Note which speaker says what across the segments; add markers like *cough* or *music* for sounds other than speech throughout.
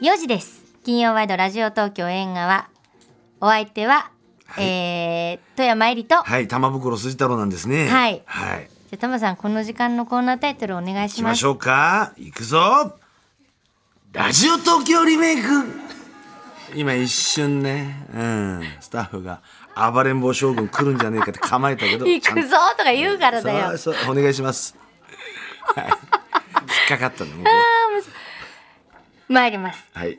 Speaker 1: 4時です金曜ワイドラジオ東京縁側お相手は、えー、富山えりと、
Speaker 2: はい、玉袋筋太郎なんですね。
Speaker 1: はい
Speaker 2: はい。
Speaker 1: じゃあタマさんこの時間のコーナータイトルお願い
Speaker 2: 行
Speaker 1: し
Speaker 2: き
Speaker 1: ま
Speaker 2: ますしょうか。行くぞ。ラジオ東京リメイク。今一瞬ね、うん、スタッフが暴れん坊将軍来るんじゃねえかって構えたけ
Speaker 1: *laughs*
Speaker 2: ど。
Speaker 1: 行くぞとか言うから
Speaker 2: ち
Speaker 1: だ
Speaker 2: ゃ
Speaker 1: よ
Speaker 2: んとそうそう、お願いします。はい。引っかかったの。僕
Speaker 1: 参ります
Speaker 2: はい。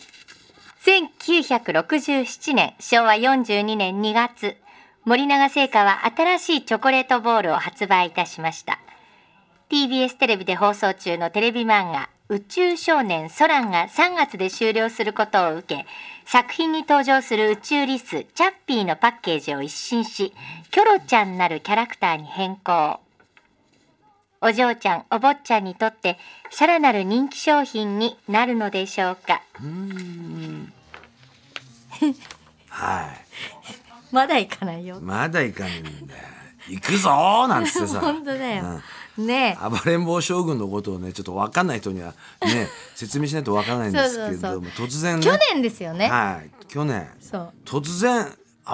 Speaker 1: 1967年昭和42年2月森永製菓は新しいチョコレートボールを発売いたしました TBS テレビで放送中のテレビ漫画「宇宙少年ソラン」が3月で終了することを受け作品に登場する宇宙リスチャッピーのパッケージを一新しキョロちゃんなるキャラクターに変更お嬢ちゃんお坊ちゃんにとってさらなる人気商品になるのでしょうか
Speaker 2: はい。
Speaker 1: まだいかないよ
Speaker 2: まだ行かねえんだよ。行くぞーなんつって
Speaker 1: *laughs*
Speaker 2: さ。
Speaker 1: 本当だよ、ね
Speaker 2: 暴れん坊将軍のことをねちょっと分かんない人には
Speaker 1: *laughs*
Speaker 2: ね説明しないと分からないんですけれども突然
Speaker 1: え
Speaker 2: ね
Speaker 1: 去年ですよね、
Speaker 2: はい去年
Speaker 1: そう
Speaker 2: 突然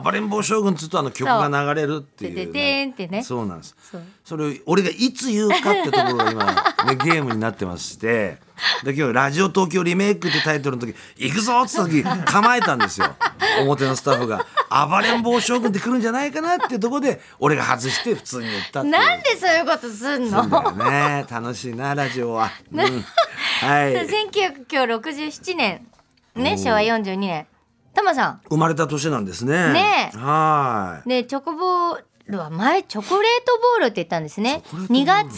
Speaker 2: 暴れん坊将軍っつうとあの曲が流れるっていう
Speaker 1: そうでででーんってね
Speaker 2: そうなんです
Speaker 1: そう
Speaker 2: それを俺がいつ言うかってところが今、ね、 *laughs* ゲームになってましてで今日「ラジオ東京リメイク」ってタイトルの時「行くぞ!」っつった時構えたんですよ表のスタッフが「暴れん坊将軍って来るんじゃないかな」ってとこで俺が外して普通に言ったっていう
Speaker 1: なんでそういうことすんの
Speaker 2: そうだよね。楽しいな、ラジ
Speaker 1: *laughs*
Speaker 2: オは。うん、はい。
Speaker 1: 1967年ね昭和42年タマさ
Speaker 2: 生まれた年なんですね。
Speaker 1: ねえ
Speaker 2: はー
Speaker 1: んねチョコボールは前チョコレートボールって言ったんですね
Speaker 2: ョコレートボ
Speaker 1: 2
Speaker 2: ール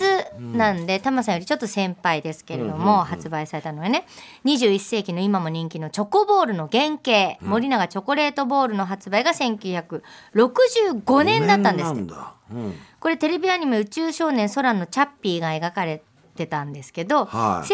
Speaker 1: 月なんでタマさんよりちょっと先輩ですけれども、発売されたのはね21世紀の今も人気のチョコボールの原型、森永チョコレートボールの発売が1965
Speaker 2: い。
Speaker 1: 年だったんですって
Speaker 2: 五年なんだうん。
Speaker 1: これテレビアニメ「宇宙少年空のチャッピー」が描かれてたんですけど、
Speaker 2: はい
Speaker 1: 1967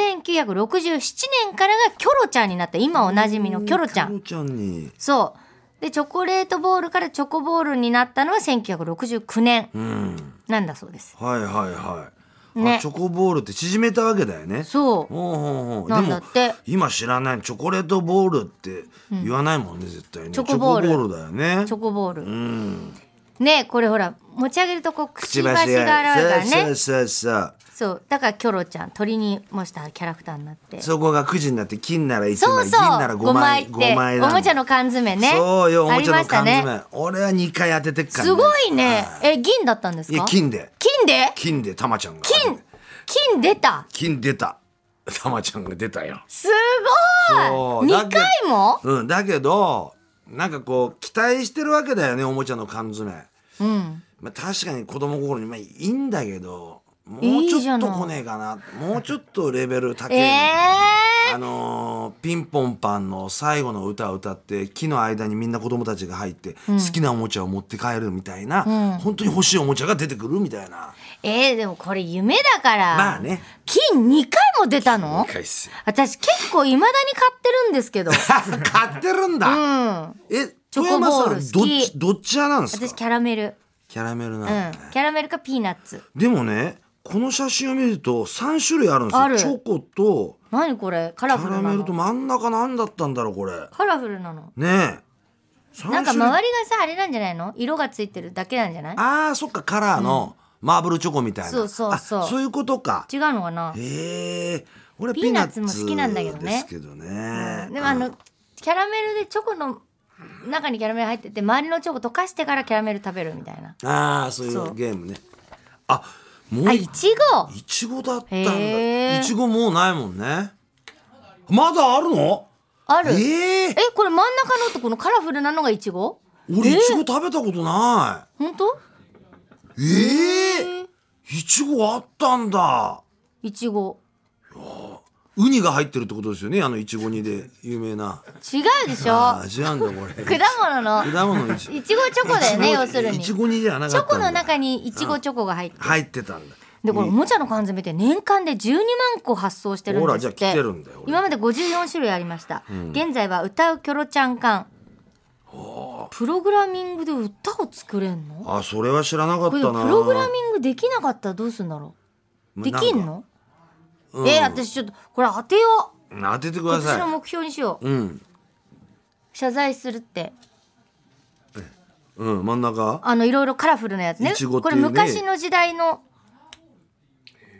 Speaker 1: 年からがキョロちゃんになった今おなじみのキョロちゃ
Speaker 2: キョ
Speaker 1: ん
Speaker 2: ロちゃんに。
Speaker 1: そうでチョコレートボールからチョコボールになったのは1969年
Speaker 2: うん。
Speaker 1: なんだそうです、
Speaker 2: はいはいはい。
Speaker 1: ね
Speaker 2: あチョコボールって縮めたわけだよね。
Speaker 1: そう
Speaker 2: ほうほうほう。
Speaker 1: な
Speaker 2: で
Speaker 1: んだ
Speaker 2: も
Speaker 1: って
Speaker 2: 今知らないチョコレートボールって言わないもんね、絶対ね。
Speaker 1: チョコボール
Speaker 2: チョコボールだよね
Speaker 1: チ。ョコボール、
Speaker 2: うん。
Speaker 1: ねこれほら持ち上げるとこうく
Speaker 2: く
Speaker 1: ちばしが現れるから
Speaker 2: そうそ
Speaker 1: ね
Speaker 2: うそうそう。
Speaker 1: そうだからキョロちゃん鳥に模したキャラクターになって
Speaker 2: そこが9時になって金なら1枚
Speaker 1: そうそう
Speaker 2: 銀なら5枚
Speaker 1: 五って
Speaker 2: 五枚
Speaker 1: お
Speaker 2: なんだ
Speaker 1: もちゃの缶詰ね
Speaker 2: そうよお
Speaker 1: あ
Speaker 2: も
Speaker 1: り
Speaker 2: ちゃ
Speaker 1: ま
Speaker 2: の
Speaker 1: した
Speaker 2: 缶
Speaker 1: ね
Speaker 2: 詰、俺は2回当ててっから、
Speaker 1: すごいね
Speaker 2: は。
Speaker 1: え、銀だったんです
Speaker 2: いい
Speaker 1: か
Speaker 2: や金で
Speaker 1: 金で
Speaker 2: 金でたまちゃんが
Speaker 1: 金金出た
Speaker 2: 金出た *laughs* たまちゃんが出たよ
Speaker 1: す
Speaker 2: そ
Speaker 1: ご
Speaker 2: う
Speaker 1: い
Speaker 2: だ
Speaker 1: 二
Speaker 2: けど
Speaker 1: 回も
Speaker 2: うんだけどなんかこう期待してるわけだよねおもちゃの缶詰、
Speaker 1: うん。
Speaker 2: まあ、確かに子供心にまあいいんだけども
Speaker 1: いうい
Speaker 2: ち
Speaker 1: じ
Speaker 2: ょ
Speaker 1: ゃ
Speaker 2: っ
Speaker 1: ない
Speaker 2: と来ねえかなもうちょっとレベル高い
Speaker 1: え
Speaker 2: の
Speaker 1: え
Speaker 2: あのーピンポンパンの最後の歌を歌って木の間にみんな子供たちが入って、好きなおもちゃを持って帰るみたいな、本当に欲しいおもちゃが出てくるみたいな
Speaker 1: えーでもこれ夢だから。
Speaker 2: まあね。
Speaker 1: 金二回も出たの
Speaker 2: 回っす
Speaker 1: 私結構いまだに買ってるんですけど。う
Speaker 2: *laughs* 買ってるんだ、
Speaker 1: ん。
Speaker 2: え
Speaker 1: チョ
Speaker 2: 富
Speaker 1: コ
Speaker 2: 山
Speaker 1: ボー
Speaker 2: さ
Speaker 1: ル
Speaker 2: ん
Speaker 1: 好
Speaker 2: どっ
Speaker 1: き
Speaker 2: ちどっち派なんです
Speaker 1: 私
Speaker 2: か
Speaker 1: キャラメル。
Speaker 2: キャラメルな
Speaker 1: うん
Speaker 2: だね、。
Speaker 1: キャラメルかピーナッツ。
Speaker 2: でもねこの写真を見ると3種類あるんです
Speaker 1: あ
Speaker 2: よ
Speaker 1: る
Speaker 2: チョコと
Speaker 1: 何これカ
Speaker 2: キ
Speaker 1: ラフ
Speaker 2: ャラ
Speaker 1: ルな
Speaker 2: メルと
Speaker 1: の。
Speaker 2: 真ん中なんだったんだろうこれ
Speaker 1: カラフルなの。
Speaker 2: ねえ三
Speaker 1: なんか周り
Speaker 2: 種類
Speaker 1: がさあれなんじゃないの色がついてるだけなんじゃない
Speaker 2: あーそっかカラーのマーブルチョコみたいな、
Speaker 1: そうそうそう
Speaker 2: あそういうことか
Speaker 1: 違うのかな
Speaker 2: へえ俺
Speaker 1: ピーナッツも好きなんだけどね
Speaker 2: ですけどね
Speaker 1: でもあのキャラメルでチョコの中にキャラメル入ってて周りのチョコ溶かしてからキャラメル食べるみたいな
Speaker 2: ああそうい
Speaker 1: そう
Speaker 2: うゲームねあもう
Speaker 1: あ
Speaker 2: い
Speaker 1: いちご
Speaker 2: ちごだったん
Speaker 1: へ
Speaker 2: だ
Speaker 1: ー
Speaker 2: いちごもうないもんねまだあるの
Speaker 1: あるえ
Speaker 2: ええ
Speaker 1: これ真ん中のとこのカラフルなのがいちご
Speaker 2: 俺いちご食べたことな
Speaker 1: 本当
Speaker 2: いええ
Speaker 1: え
Speaker 2: いちごあったんだ
Speaker 1: いちご
Speaker 2: ウニが入ってるってことですよねあのいちご煮で有名な
Speaker 1: 違うでしょ
Speaker 2: あー違うんだこれ
Speaker 1: 果物の
Speaker 2: 果物いち
Speaker 1: いちごチョコだよね要するに
Speaker 2: い
Speaker 1: チ
Speaker 2: ち
Speaker 1: ョ
Speaker 2: ご煮じゃなかったんだ
Speaker 1: コの中にいちごチョコが入って
Speaker 2: 入ってたんだ
Speaker 1: でこれおもちゃの缶詰って年間で12万個発送してるんですって
Speaker 2: ほらじゃあ来てるんだよ俺
Speaker 1: 今まで54種類ありました、現在は歌うキョロちゃん缶プログラミングで歌を作れんの
Speaker 2: あそれは知らなかっ
Speaker 1: これ
Speaker 2: たな
Speaker 1: プログラミングできなかったらどうするんだろうできんの
Speaker 2: なんか
Speaker 1: えー私ちょっとこれ当てよう
Speaker 2: 当ててく
Speaker 1: 今
Speaker 2: だ
Speaker 1: 年の
Speaker 2: さ
Speaker 1: 目標にしよう
Speaker 2: い。うん。
Speaker 1: 謝罪するって
Speaker 2: うん、真ん中。
Speaker 1: あのいろいろカラフルなやつね
Speaker 2: いちごって
Speaker 1: こ
Speaker 2: いう
Speaker 1: れ
Speaker 2: ね
Speaker 1: 昔の時代の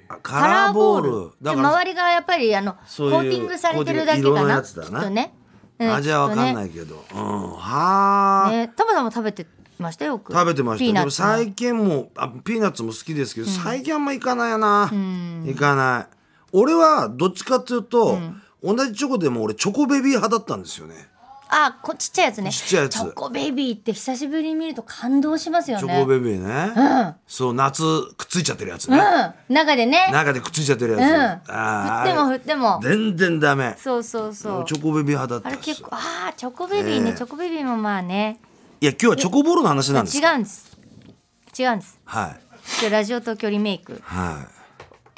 Speaker 2: あ
Speaker 1: カ
Speaker 2: カ
Speaker 1: ラ
Speaker 2: ラ
Speaker 1: ー
Speaker 2: ー
Speaker 1: ボ
Speaker 2: ボ
Speaker 1: ー
Speaker 2: ー
Speaker 1: ル
Speaker 2: ル。
Speaker 1: で
Speaker 2: だから、
Speaker 1: 周りがやっぱりあの
Speaker 2: そういう
Speaker 1: コーティングされてるだけ
Speaker 2: コ
Speaker 1: か
Speaker 2: ーティング色の
Speaker 1: な
Speaker 2: や
Speaker 1: き
Speaker 2: つ
Speaker 1: っ
Speaker 2: だな
Speaker 1: とね、
Speaker 2: 味はわかん
Speaker 1: い
Speaker 2: ないけど。うん。はあ。
Speaker 1: ねね、タマさんも食べてましたよよく
Speaker 2: 食べてました
Speaker 1: ピー
Speaker 2: よ
Speaker 1: ナ
Speaker 2: で
Speaker 1: ッ
Speaker 2: も
Speaker 1: ツの
Speaker 2: 最近もあピーナッツも好きですけど、最近あんま行かないよな、行かない俺はどっちかっていうと、同じチョコでも俺チョコベビー派だったんですよね
Speaker 1: あこちっちゃいやつね
Speaker 2: ちっちゃいや
Speaker 1: チ
Speaker 2: つ
Speaker 1: ョコベビーって久しぶりに見ると感動しますよね
Speaker 2: チョコベビーね、そう夏くっついちゃってるやつね、
Speaker 1: うん中でね
Speaker 2: 中でくっついちゃってるやつ、
Speaker 1: うん
Speaker 2: あ
Speaker 1: 振っても
Speaker 2: ー
Speaker 1: 振っても
Speaker 2: あれ全然ダメ
Speaker 1: そうそうそう
Speaker 2: チョコベビー派だっ
Speaker 1: あ
Speaker 2: た
Speaker 1: れ
Speaker 2: んです
Speaker 1: 結構
Speaker 2: よ
Speaker 1: あーチョコベビーね、
Speaker 2: ええ
Speaker 1: チョコベビーもまあね
Speaker 2: いや今日はチョコボールの話なんです
Speaker 1: 違
Speaker 2: か
Speaker 1: うんです違うんです
Speaker 2: はい
Speaker 1: 今日ラジオ東京リメイク
Speaker 2: は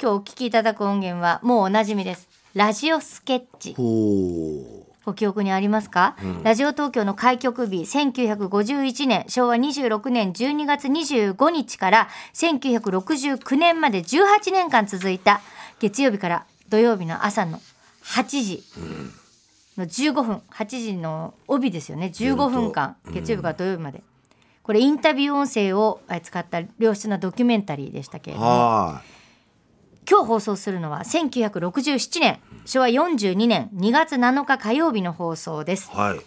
Speaker 1: 今日お聞きいただく音源はもうおなじみですラジオスケッチ
Speaker 2: いほ
Speaker 1: ご記憶にありますか、ラジオ東京の開局日1951年昭和26年12月25日から1969年まで18年間続いた月曜日から土曜日の朝の8時の15分8時の帯ですよね15分間月曜日から土曜日まで、これインタビュー音声をえ使った良質なドキュメンタリーでしたけれ
Speaker 2: う
Speaker 1: ども
Speaker 2: は
Speaker 1: 今日放送するのは1967年昭和42年2月7日火曜日の放送です
Speaker 2: いはい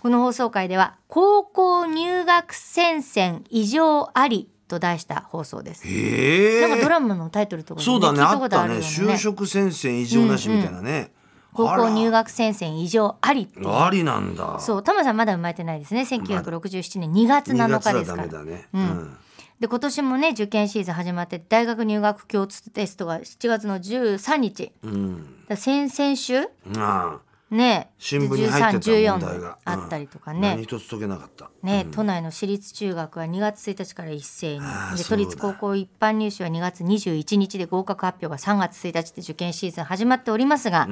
Speaker 1: この放送回では高校入学戦線異常ありと題した放送です、
Speaker 2: へえ
Speaker 1: なんかドラマのタイトルとかで
Speaker 2: そうだね、
Speaker 1: 聞い
Speaker 2: あ
Speaker 1: たこ
Speaker 2: っ
Speaker 1: と
Speaker 2: た
Speaker 1: ある
Speaker 2: ね。
Speaker 1: よ
Speaker 2: 就
Speaker 1: ね
Speaker 2: 職戦線異常なしみたいなね。
Speaker 1: 高
Speaker 2: あら
Speaker 1: 校入学戦線異常ありっていう
Speaker 2: ありなんだ。
Speaker 1: そうタマさんまだ生まれてないですね1967年2月
Speaker 2: 2
Speaker 1: 7
Speaker 2: 月
Speaker 1: 日
Speaker 2: は
Speaker 1: です
Speaker 2: ダ
Speaker 1: か
Speaker 2: メ
Speaker 1: ら
Speaker 2: だね。
Speaker 1: う
Speaker 2: うんん。
Speaker 1: で今年もね受験シーズン始まって大学入学共通テストが7月の13日
Speaker 2: うん。
Speaker 1: だ先々週
Speaker 2: ああ、
Speaker 1: ね
Speaker 2: 新聞に入ってた
Speaker 1: 13
Speaker 2: 問題が
Speaker 1: あったりとか
Speaker 2: 何
Speaker 1: ね、
Speaker 2: 一つ解けなかった。
Speaker 1: ね、都内の私立中学は2月1日から一斉に
Speaker 2: あー
Speaker 1: で
Speaker 2: そ
Speaker 1: 都
Speaker 2: うだ
Speaker 1: 立高校一般入試は2月21日で合格発表が3月1日で受験シーズン始まっておりますが、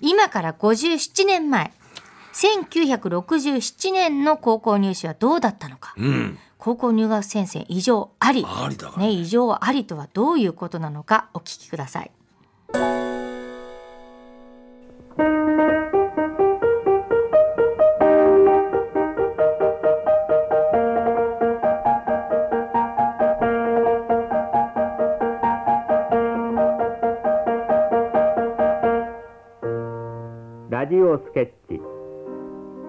Speaker 1: 今から57年前1967年の高校入試はどうだったのか、
Speaker 2: うん。
Speaker 1: 高校入学戦線異常あり
Speaker 2: ありだから
Speaker 1: ね、異常ありとはどういうことなのかお聞きください。
Speaker 3: ラジオスケッチ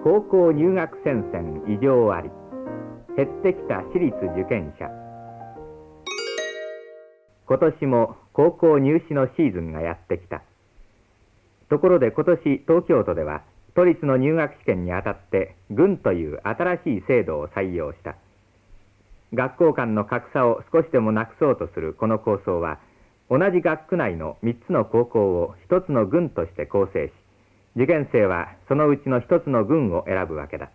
Speaker 3: 高校入学戦線異常あり減ってきた私立受験者今年も高校入試のシーズンがやってきたところで今年東京都では都立の入学試験にあたって軍という新しい制度を採用した学校間の格差を少しでもなくそうとするこの構想は同じ学区内の3つの高校を1つの軍として構成し受験生はそのうちの1つの軍を選ぶわけだ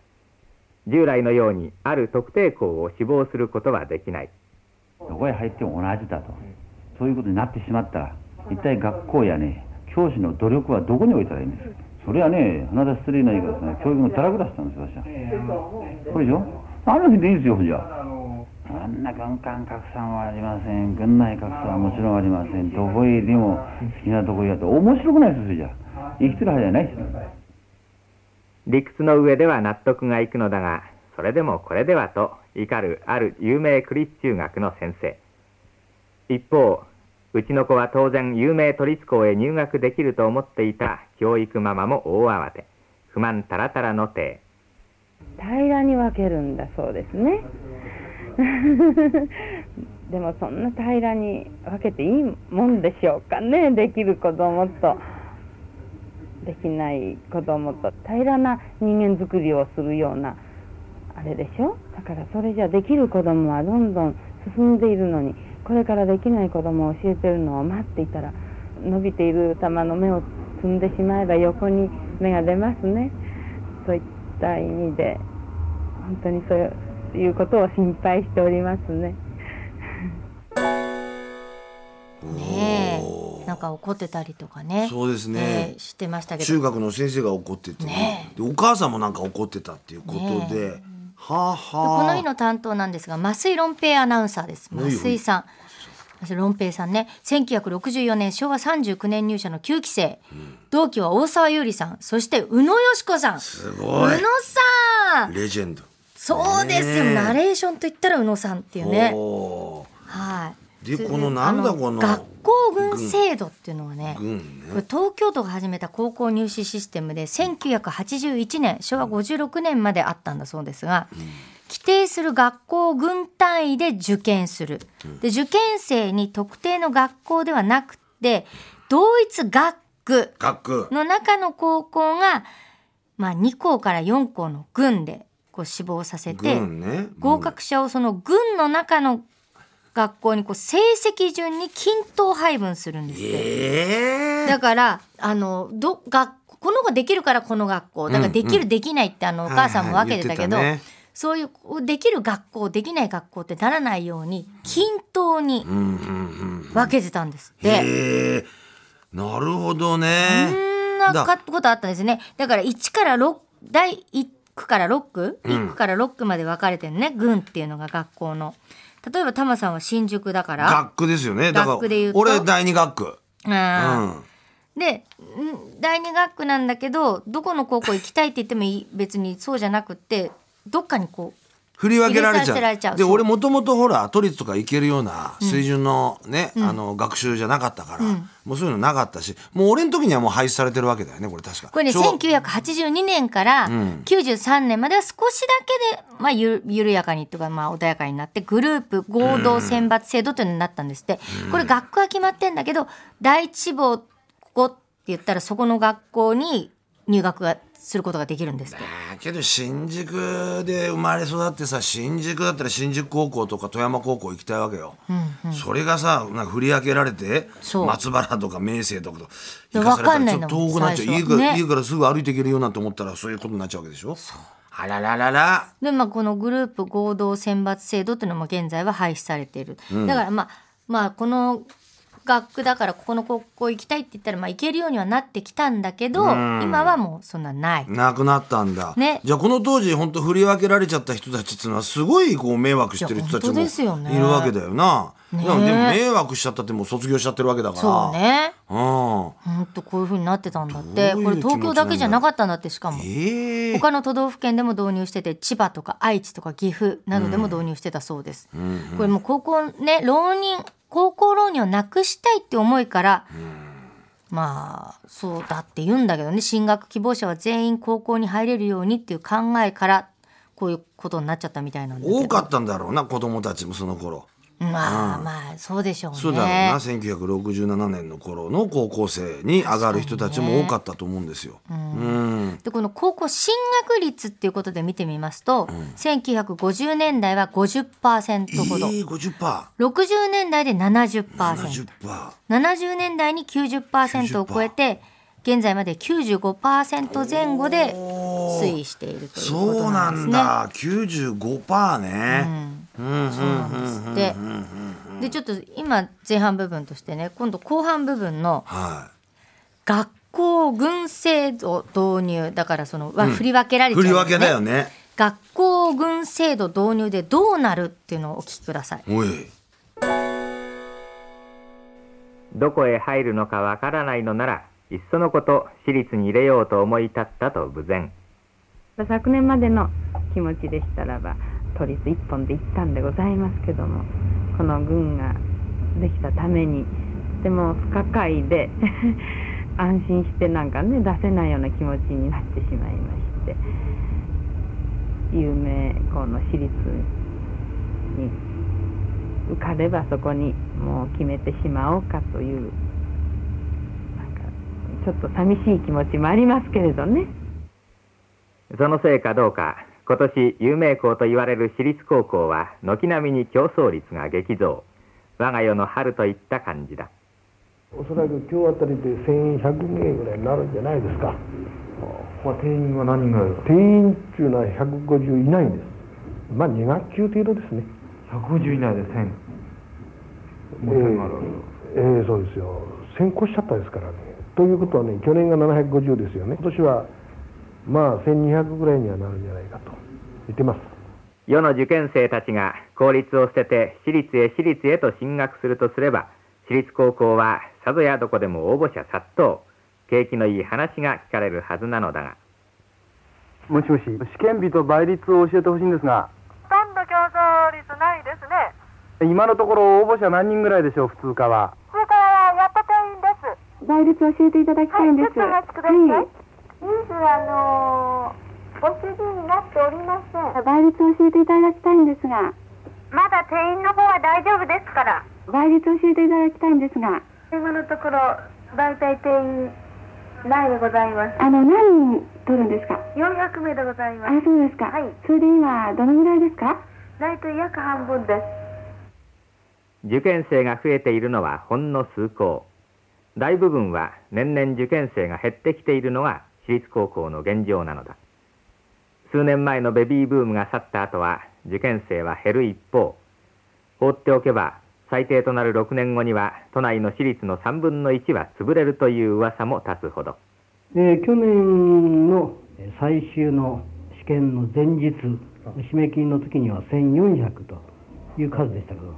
Speaker 3: 従来のようにある特定校を志望することはできない
Speaker 4: どこへ入っても同じだと、そういうことになってしまったら、一体学校やね、教師の努力はどこに置いたらいいんですか、それはね、鼻だ失礼な言い方ですね、教育の堕落だったんですよ、私は。これでしょ、あの日でいいんですよ、じゃあ。あんな軍艦拡散はありません、軍内拡散はもちろんありません、どこへでも好きなとこへやって、面白くないですよ、それじゃあ。生きてるはずじゃないですよ。
Speaker 3: 理屈の上では納得がいくのだがそれでもこれではと怒るある有名区立中学の先生一方うちの子は当然有名都立校へ入学できると思っていた教育ママも大慌て不満たらたらの体
Speaker 5: 平らに分けるんだそうですね *laughs* でもそんな平らに分けていいもんでしょうかねできる子供とできない子供と平らな人間づくりをするようなあれでしょだからそれじゃできる子供はどんどん進んでいるのにこれからできない子供を教えてるのを待っていたら伸びている玉の芽を摘んでしまえば横に芽が出ますねといった意味で本当にそういうことを心配しておりますね。
Speaker 1: ねえなんか怒ってたりとかね
Speaker 2: そうですね
Speaker 1: えーしてましたけ
Speaker 2: 中
Speaker 1: ど
Speaker 2: 学の先生が怒っててね、
Speaker 1: ね
Speaker 2: でお母さんもなんか怒ってたっていうことで、はあは
Speaker 1: こ
Speaker 2: あ。
Speaker 1: の日の担当なんですが増井論平アナウンサーです
Speaker 2: はいはい
Speaker 1: 増井さんそれロンペイさんね1964年昭和39年入社の9期生、同期は大沢優里さんそして宇野よし子さん
Speaker 2: す
Speaker 1: 宇
Speaker 2: ご
Speaker 1: 野
Speaker 2: い
Speaker 1: さん
Speaker 2: レジェンド
Speaker 1: そうですよ、
Speaker 2: ねえ
Speaker 1: ナレーションと言ったら宇野さんっていうね
Speaker 2: お
Speaker 1: はい
Speaker 2: で
Speaker 1: つ
Speaker 2: このなんだ
Speaker 1: あ
Speaker 2: この
Speaker 1: 学校軍制度っていうのはね
Speaker 2: ー、軍
Speaker 1: これ
Speaker 2: ね
Speaker 1: 東京都が始めた高校入試システムで1981年昭和56年まであったんだそうですが、規定する学校を軍単位で受験するで受験生に特定の学校ではなくて同一学区
Speaker 2: 学区
Speaker 1: の中の高校が、まあ、2校から4校の軍でこう志望させて
Speaker 2: 軍ね
Speaker 1: 合格者をその軍の中の学校にこう成績順に均等配分するんですって。
Speaker 2: ええ
Speaker 1: だからあのど学この子できるからこの学校だからできる、できないってあのお母さんも分けてたけど、
Speaker 2: はいはい言ってたね
Speaker 1: そういうこうできる学校できない学校ってならないように均等に
Speaker 2: うんうんうん
Speaker 1: 分けてたんですって。
Speaker 2: へえなるほどね
Speaker 1: そんな
Speaker 2: だ
Speaker 1: かことあったんですね。だから1から6、第1区から6区、1区から6区まで分かれてるね、軍っていうのが学校の。例えば、タマさんは新宿だから。
Speaker 2: 学区ですよねだから
Speaker 1: 学区で言うと
Speaker 2: 俺第二学区
Speaker 1: あー
Speaker 2: うん
Speaker 1: でん第二学区なんだけどどこの高校行きたいって言ってもいい別にそうじゃなくってどっかにこ
Speaker 2: 振り分けられち
Speaker 1: 入れさせられち
Speaker 2: ゃ
Speaker 1: ゃ
Speaker 2: う。
Speaker 1: う
Speaker 2: で、
Speaker 1: そう
Speaker 2: 俺もともとほら、都立とか行けるような水準のね、あの、学習じゃなかったから、もうそういうのなかったし、もう俺の時にはもう廃止されてるわけだよね、これ確か。
Speaker 1: うこれね
Speaker 2: 昭和
Speaker 1: 1982年から
Speaker 2: ん
Speaker 1: 93年までは少しだけで、まあ、ゆ緩やかにとか、まあ、穏やかになってグループ合同選抜制度というのになったんですって、これ学区は決まってんだけど第一志望ここって言ったらそこの学校に入学がすることができるんですって。
Speaker 2: だけど新宿で生まれ育ってさ新宿だったら新宿高校とか富山高校行きたいわけよ、それがさなんか振り分けられて
Speaker 1: そう
Speaker 2: 松原とか明星とかと
Speaker 1: や
Speaker 2: 行かされた
Speaker 1: わかん
Speaker 2: ら
Speaker 1: な
Speaker 2: ち
Speaker 1: い
Speaker 2: ょっ
Speaker 1: んだも
Speaker 2: と
Speaker 1: ん
Speaker 2: 遠くなっちゃ
Speaker 1: 最
Speaker 2: う、家
Speaker 1: 初は
Speaker 2: から
Speaker 1: ね
Speaker 2: 家からすぐ歩いていけるようになって思ったらそういうことになっちゃうわけでしょあらららら
Speaker 1: でまあこのグループ合同選抜制度っていうのも現在は廃止されている、だからまあまあこの学区だからここの高校行きたいって言ったらまあ行けるようにはなってきたんだけど今はもうそんなない。
Speaker 2: なくなったんだ、
Speaker 1: ね
Speaker 2: じゃあこの当時本当振り分けられちゃった人たちっていうのはすごいこう迷惑してる人たち
Speaker 1: いや本当ですよ
Speaker 2: も
Speaker 1: ね
Speaker 2: いるわけだよな
Speaker 1: ね
Speaker 2: でもでも迷惑しちゃったってもう卒業しちゃってるわけだから
Speaker 1: そうね
Speaker 2: うん
Speaker 1: ほんとこういう風になってたんだって
Speaker 2: どういう
Speaker 1: これ東京だけじゃなかったんだってしかも
Speaker 2: え
Speaker 1: *laughs*
Speaker 2: え
Speaker 1: 他の都道府県でも導入してて千葉とか愛知とか岐阜などでも導入してたそうです、これもう高校ね浪人高校浪人をなくしたいって思いから、まあそうだって言うんだけどね進学希望者は全員高校に入れるようにっていう考えからこういうことになっちゃったみたいなんだけど
Speaker 2: 多かったんだろうな子供たちもその頃
Speaker 1: まあまあそうでしょうね
Speaker 2: そうだろうな、1967年の頃の高校生に上がる人たちも多かったと思うんですよ。うん
Speaker 1: でこの高校進学率っていうことで見てみますと、1950年代は50%ほど、
Speaker 2: ええ50%
Speaker 1: 60年代で70%。
Speaker 2: 70%。
Speaker 1: 70年代に90%を超えて現在まで95%前後で推移しているというこ
Speaker 2: そ
Speaker 1: と
Speaker 2: う
Speaker 1: な
Speaker 2: な
Speaker 1: んです
Speaker 2: ん
Speaker 1: ね。
Speaker 2: だ、95%ね。
Speaker 1: そうなんですって。でちょっと今前半部分としてね今度後半部分の
Speaker 2: は
Speaker 1: 学校軍制度導入だからその、わ振り分けら
Speaker 2: い。
Speaker 1: れちゃ
Speaker 2: 振
Speaker 1: う
Speaker 2: り
Speaker 1: よね
Speaker 2: 分けだよね。
Speaker 1: 学校軍制度導入でどうなるっていうのをお聞きください。
Speaker 2: おい。
Speaker 3: どこへ入るのかわからないのならいっそのこと私立に入れようと思い立ったと無前
Speaker 5: 昨年までの気持ちでしたらば都立一本で行ったんでございますけどもこの軍ができたためにとても不可解で *laughs* 安心してなんかね出せないような気持ちになってしまいまして有名校の私立に受かればそこにもう決めてしまおうかというなんかちょっと寂しい気持ちもありますけれどね。
Speaker 3: そのせいかどうか今年有名校と言われる私立高校は軒並みに競争率が激増我が世の春といった感じだ
Speaker 6: おそらく今日あたりで1100名ぐらいになるんじゃないですか
Speaker 4: 定員は何人ぐらいですか
Speaker 6: 定員っていうのは150いないんですまあ2学級程度ですね
Speaker 4: ?150 以内で1000。もう1000があるわけだ
Speaker 6: えーそうですよ先行しちゃったですからねということはね去年が750ですよね今年はまあ1200ぐらいにはなるんじゃないかと言ってます
Speaker 3: 世の受験生たちが公立を捨てて私立へ私立へと進学するとすれば私立高校はさぞやどこでも応募者殺到景気のいい話が聞かれるはずなのだが
Speaker 7: もしもし試験日と倍率を教えてほしいんですが
Speaker 8: ほとんど競争率ないですね。
Speaker 7: 今のところ応募者何人ぐらいでしょう普通科は
Speaker 8: それからやっぱ定員です。
Speaker 9: 倍率を教えていただきた
Speaker 8: はい
Speaker 9: ん
Speaker 8: い、
Speaker 9: で
Speaker 8: ちょ
Speaker 9: す。
Speaker 8: っとお待ちください。
Speaker 9: は
Speaker 8: ニュースはあのー、ご主人になっておりません。
Speaker 9: い倍率を教えていただきたいんですが、
Speaker 8: まだ定員の方は大丈夫ですから。
Speaker 9: 倍率を教えていただきたいんですが、
Speaker 8: 今のところ大体定員ないでございます。
Speaker 9: あの何人取るんですか。
Speaker 8: 400名でござい
Speaker 9: あ
Speaker 8: ます。、
Speaker 9: そうですか。
Speaker 8: はい
Speaker 9: それで今どのぐらいですか。
Speaker 8: 大体約半分です。
Speaker 3: 受験生が増えているのはほんの数校大部分は年々受験生が減ってきているのが私立高校の現状なのだ数年前のベビーブームが去った後は受験生は減る一方放っておけば最低となる6年後には都内の私立の3分の1は潰れるという噂も立つほど
Speaker 10: えー去年のえー最終の試験の前日、締め切りの時には1400という数でしたけど、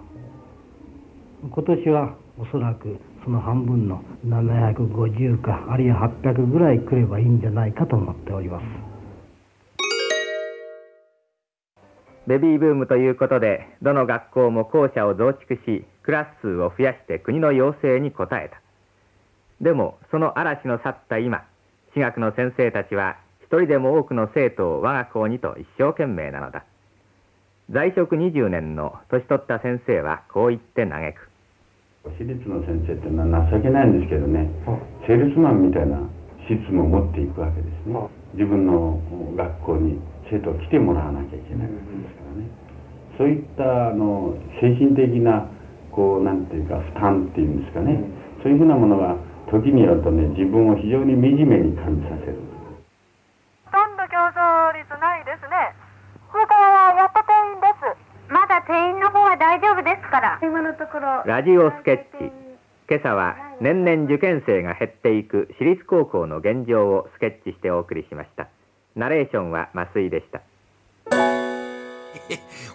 Speaker 10: 今年はおそらくその半分の750か、あるいは800ぐらい来ればいいんじゃないかと思っております。
Speaker 3: ベビーブームということでどの学校も校舎を増築しクラス数を増やして国の要請に応えたでもその嵐の去った今私学の先生たちは一人でも多くの生徒を我が校にと一生懸命なのだ在職20年の年取った先生はこう言って嘆く
Speaker 4: 私立の先生ってのは情けないんですけどね、セールスマンみたいな資質も持っていくわけですね、自分の学校に生徒が来てもらわなきゃいけないわけですからね、そういったあの精神的なこうなんていうか負担っていうんですかね、そういうふうなものが時によるとね自分を非常に惨めに感じさせる。
Speaker 8: ほとんど競争率ないですね。それからやっと定員です。まだ定員の方は大丈夫ですから。今のところ
Speaker 3: ラジオスケッチ今朝は年々受験生が減っていく私立高校の現状をスケッチしてお送りしましたナレーションは増井でした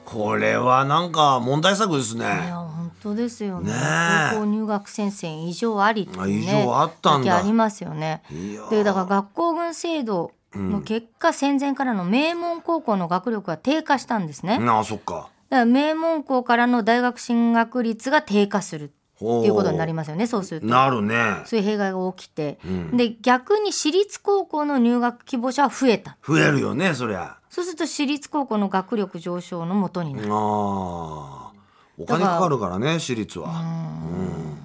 Speaker 2: これはなんか問題作です
Speaker 1: いや
Speaker 2: ね。
Speaker 1: 本当ですよね
Speaker 2: ねえ
Speaker 1: 高校入学先生異常ありっていうね
Speaker 2: 異常あったんだ
Speaker 1: 時ありますよね
Speaker 2: いやー
Speaker 1: でだから学校軍制度の結果、戦前からの名門高校の学力が低下したんですね、だか
Speaker 2: なあそっか。
Speaker 1: ら名門校からの大学進学率が低下するっていうことになり
Speaker 2: ま
Speaker 1: ますよねそうすると
Speaker 2: なるね。
Speaker 1: そういう弊害が起きて、
Speaker 2: ん
Speaker 1: で逆に私立高校の入学希望者は増えた
Speaker 2: 増えるよねそりゃ。
Speaker 1: そうすると私立高校の学力上昇のもとになる
Speaker 2: ああお金かかるからね私立は。うん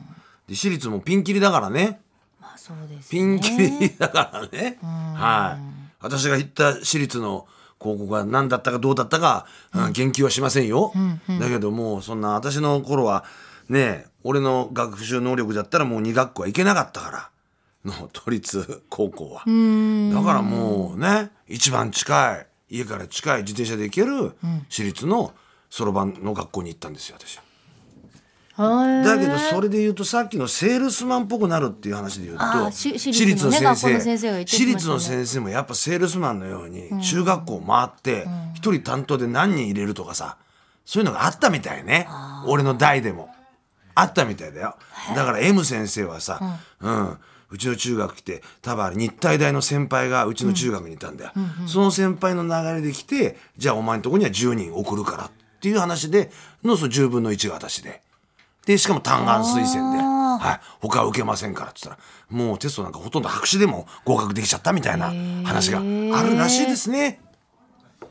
Speaker 2: で私立もピンキリだからね。
Speaker 1: まあそうです
Speaker 2: ピ
Speaker 1: ね
Speaker 2: ンキリだからね。はい。私が行った私立の高校が何だったかどうだったか、うん言及はしませんよ。だけどもうそんな私の頃はねえ俺の学習能力だったらもう2学校は行けなかったからの都立高校は。だからもうね一番近い家から近い自転車で行ける私立のそろばんの学校に行ったんですよ私。
Speaker 1: はい
Speaker 2: だけどそれで言うとさっきのセールスマンっぽくなるっていう話で言うと
Speaker 1: あーし私立のね学校の先生が言って
Speaker 2: 私
Speaker 1: きまし
Speaker 2: 立
Speaker 1: たね
Speaker 2: の先生もやっぱセールスマンのように中学校回って一人担当で何人入れるとかさそういうのがあったみたいね俺の代でもあったみたいだよだから M 先生はさうんうちの中学来て多分あれ日体大の先輩がうちの中学にいたんだよ、その先輩の流れで来てじゃあお前のとこには10人送るからっていう話でのその10分の1が私でで、しかも単眼推薦で、はい、他は受けませんからって言ったら、もうテストなんかほとんど白紙でも合格できちゃったみたいな話があるらしいですね。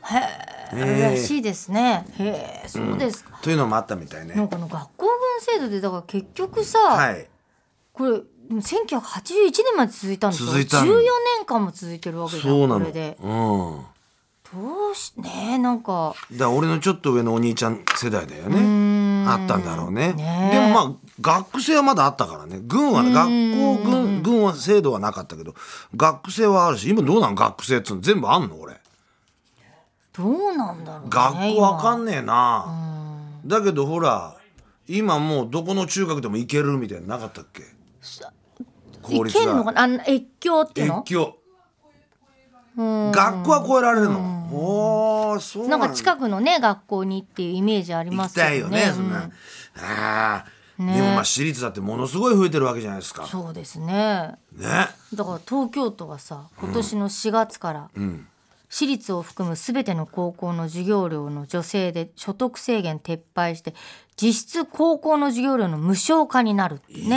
Speaker 1: あるらしいですね。へえ、そうですか。
Speaker 2: というのもあったみたい
Speaker 1: な
Speaker 2: ね
Speaker 1: ん。かあの学校軍制度でだから結局さ、
Speaker 2: はい。
Speaker 1: これでも1981年まで続いたんですよ。
Speaker 2: 続いた
Speaker 1: 14
Speaker 2: の
Speaker 1: 年間も続いてるわけじゃん。
Speaker 2: そうな
Speaker 1: こ
Speaker 2: の。う
Speaker 1: れで
Speaker 2: ん。
Speaker 1: どうしねえなんか
Speaker 2: だから俺のちょっと上のお兄ちゃん世代だよ
Speaker 1: ん
Speaker 2: ね。あったんだろうね。
Speaker 1: ねえ
Speaker 2: でもまあ、学生はまだあったからね。軍はね、学校、軍、軍は制度はなかったけど、学生はあるし、今どうなん学生っつうの全部あんの俺。
Speaker 1: どうなんだろうね。
Speaker 2: 学校わかん
Speaker 1: ね
Speaker 2: ねえな、だけどほら今もうどこの中学でも行けるみたいなのなかったっけ
Speaker 1: いけんのかなあの越境っていう
Speaker 2: 越
Speaker 1: の？
Speaker 2: 境
Speaker 1: うん
Speaker 2: 学校は超えられるの、おおあそう
Speaker 1: な
Speaker 2: なんん
Speaker 1: か
Speaker 2: だ
Speaker 1: 近くのね学校にっていうイメージあり
Speaker 2: 行
Speaker 1: ま
Speaker 2: き
Speaker 1: す
Speaker 2: たい
Speaker 1: け
Speaker 2: よ
Speaker 1: ど
Speaker 2: ね
Speaker 1: ね。
Speaker 2: そんな、ああ、
Speaker 1: ね
Speaker 2: でもまあ私立だってものすごい増えてるわけじゃないですか
Speaker 1: うんそうですね。
Speaker 2: ね
Speaker 1: だから東京都はさ今年の4月から
Speaker 2: うん
Speaker 1: 私立を含む全ての高校の授業料の助成で所得制限撤廃して実質高校の授業料の無償化になるっていう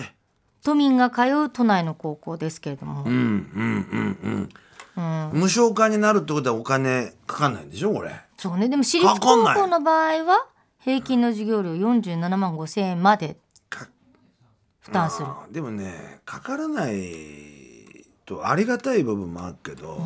Speaker 1: ね、都民が通う都内の高校ですけれども、
Speaker 2: うんうんうん
Speaker 1: うん
Speaker 2: うん無償化になるってことはお金かかんないんでしょこれ
Speaker 1: そうねでも私立
Speaker 2: かかん
Speaker 1: 高
Speaker 2: ない
Speaker 1: 校の場合は平均の授業料47万5千円まで負担する
Speaker 2: あーでもねかからないとありがたい部分もあるけど、うん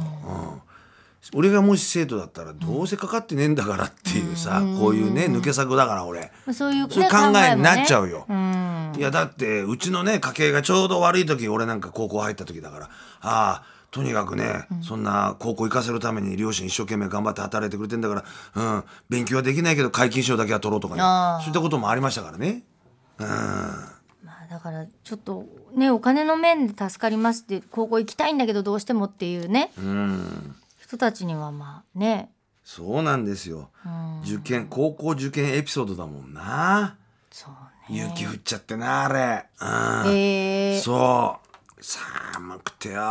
Speaker 2: 俺がもし生徒だったらどうせかかってねえんだからっていうさ、こういうね抜け策だから俺、
Speaker 1: そういう,、ね、
Speaker 2: そういう考えになっちゃうよ
Speaker 1: 考えもねうん
Speaker 2: いやだってうちのね家計がちょうど悪い時俺なんか高校入った時だからああとにかくね、そんな高校行かせるために両親一生懸命頑張って働いてくれてんだから、うん、勉強はできないけど皆勤賞だけは取ろうとかね
Speaker 1: あー
Speaker 2: そういったこともありましたからね。うん
Speaker 1: だからちょっとねお金の面で助かりますって高校行きたいんだけどどうしてもっていうね
Speaker 2: うん、
Speaker 1: 人たちにはまあね、
Speaker 2: そうなんですよ
Speaker 1: うん、
Speaker 2: 受験高校受験エピソードだもんな勇気振っちゃってなあれ、うん
Speaker 1: へえ
Speaker 2: そう寒くてよ、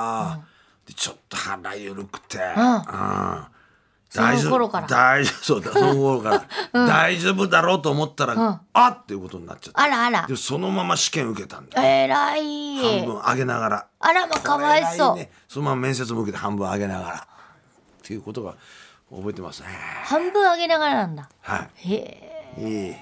Speaker 2: でちょっと腹緩くて、
Speaker 1: ん
Speaker 2: うん
Speaker 1: その頃から
Speaker 2: 大丈夫そう
Speaker 1: *laughs*
Speaker 2: だその頃から、大丈夫だろうと思ったら、
Speaker 1: うん
Speaker 2: あっていうことになっちゃった
Speaker 1: あらあら
Speaker 2: でそのまま試験受けたんだ
Speaker 1: えら
Speaker 2: 半
Speaker 1: い
Speaker 2: 分上げながら
Speaker 1: あらまかわいそう、
Speaker 2: 偉ねそのまま面接も受けて半分上げながらっていうことが覚えてますね
Speaker 1: 半分上げながらなんだ
Speaker 2: はい
Speaker 1: へえ
Speaker 2: いい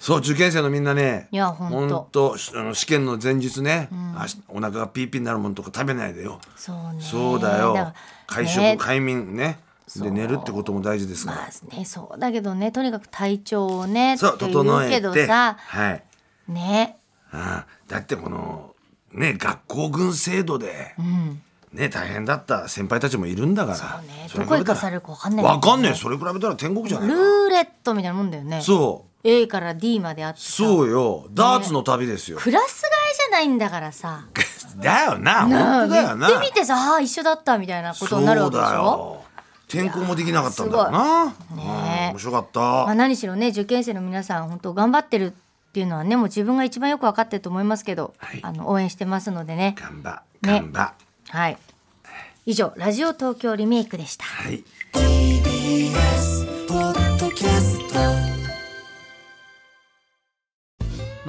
Speaker 2: そう受験生のみんなね
Speaker 1: いやほんと
Speaker 2: ほんとしあの試験の前日ね、あしお腹がピーピーになるものとか食べないでよ
Speaker 1: そうね
Speaker 2: そうだよ
Speaker 1: だから
Speaker 2: 会食、
Speaker 1: ね
Speaker 2: 快眠ね
Speaker 1: そ
Speaker 2: で
Speaker 1: う
Speaker 2: 寝るってことも大事ですから、
Speaker 1: ねそうだけどねとにかく体調をね
Speaker 2: そう
Speaker 1: って言
Speaker 2: 整
Speaker 1: う
Speaker 2: え
Speaker 1: け
Speaker 2: て
Speaker 1: どさ
Speaker 2: はい
Speaker 1: ね
Speaker 2: ああだってこのね学校軍制度で
Speaker 1: うん
Speaker 2: ね大変だった先輩たちもいるんだからそ
Speaker 1: ど
Speaker 2: れ
Speaker 1: こ行
Speaker 2: 比べた
Speaker 1: からされるかわかんない
Speaker 2: わかんねえ
Speaker 1: そ
Speaker 2: それ比べたら天国じゃ
Speaker 1: ル
Speaker 2: ないか
Speaker 1: ーレットみたいなもんだよね
Speaker 2: そう
Speaker 1: A から D まであってさ
Speaker 2: そうよダーツの旅ですよ、
Speaker 1: クラス替えじゃないんだからさ
Speaker 2: だよな本当だよな
Speaker 1: 行ってみてさあー一緒だったみたいなことになるわけでし
Speaker 2: そうだ
Speaker 1: ょ
Speaker 2: よ転校もできなかったんだろうな、
Speaker 1: ねえ
Speaker 2: うん面白かった、
Speaker 1: まあ、何しろね受験生の皆さん本当頑張ってるっていうのはねもう自分が一番よく分かってると思いますけど、あの応援してますのでね
Speaker 2: 頑張
Speaker 1: ね
Speaker 2: 頑張
Speaker 1: はい以上ラジオ東京リメイクでした
Speaker 2: はい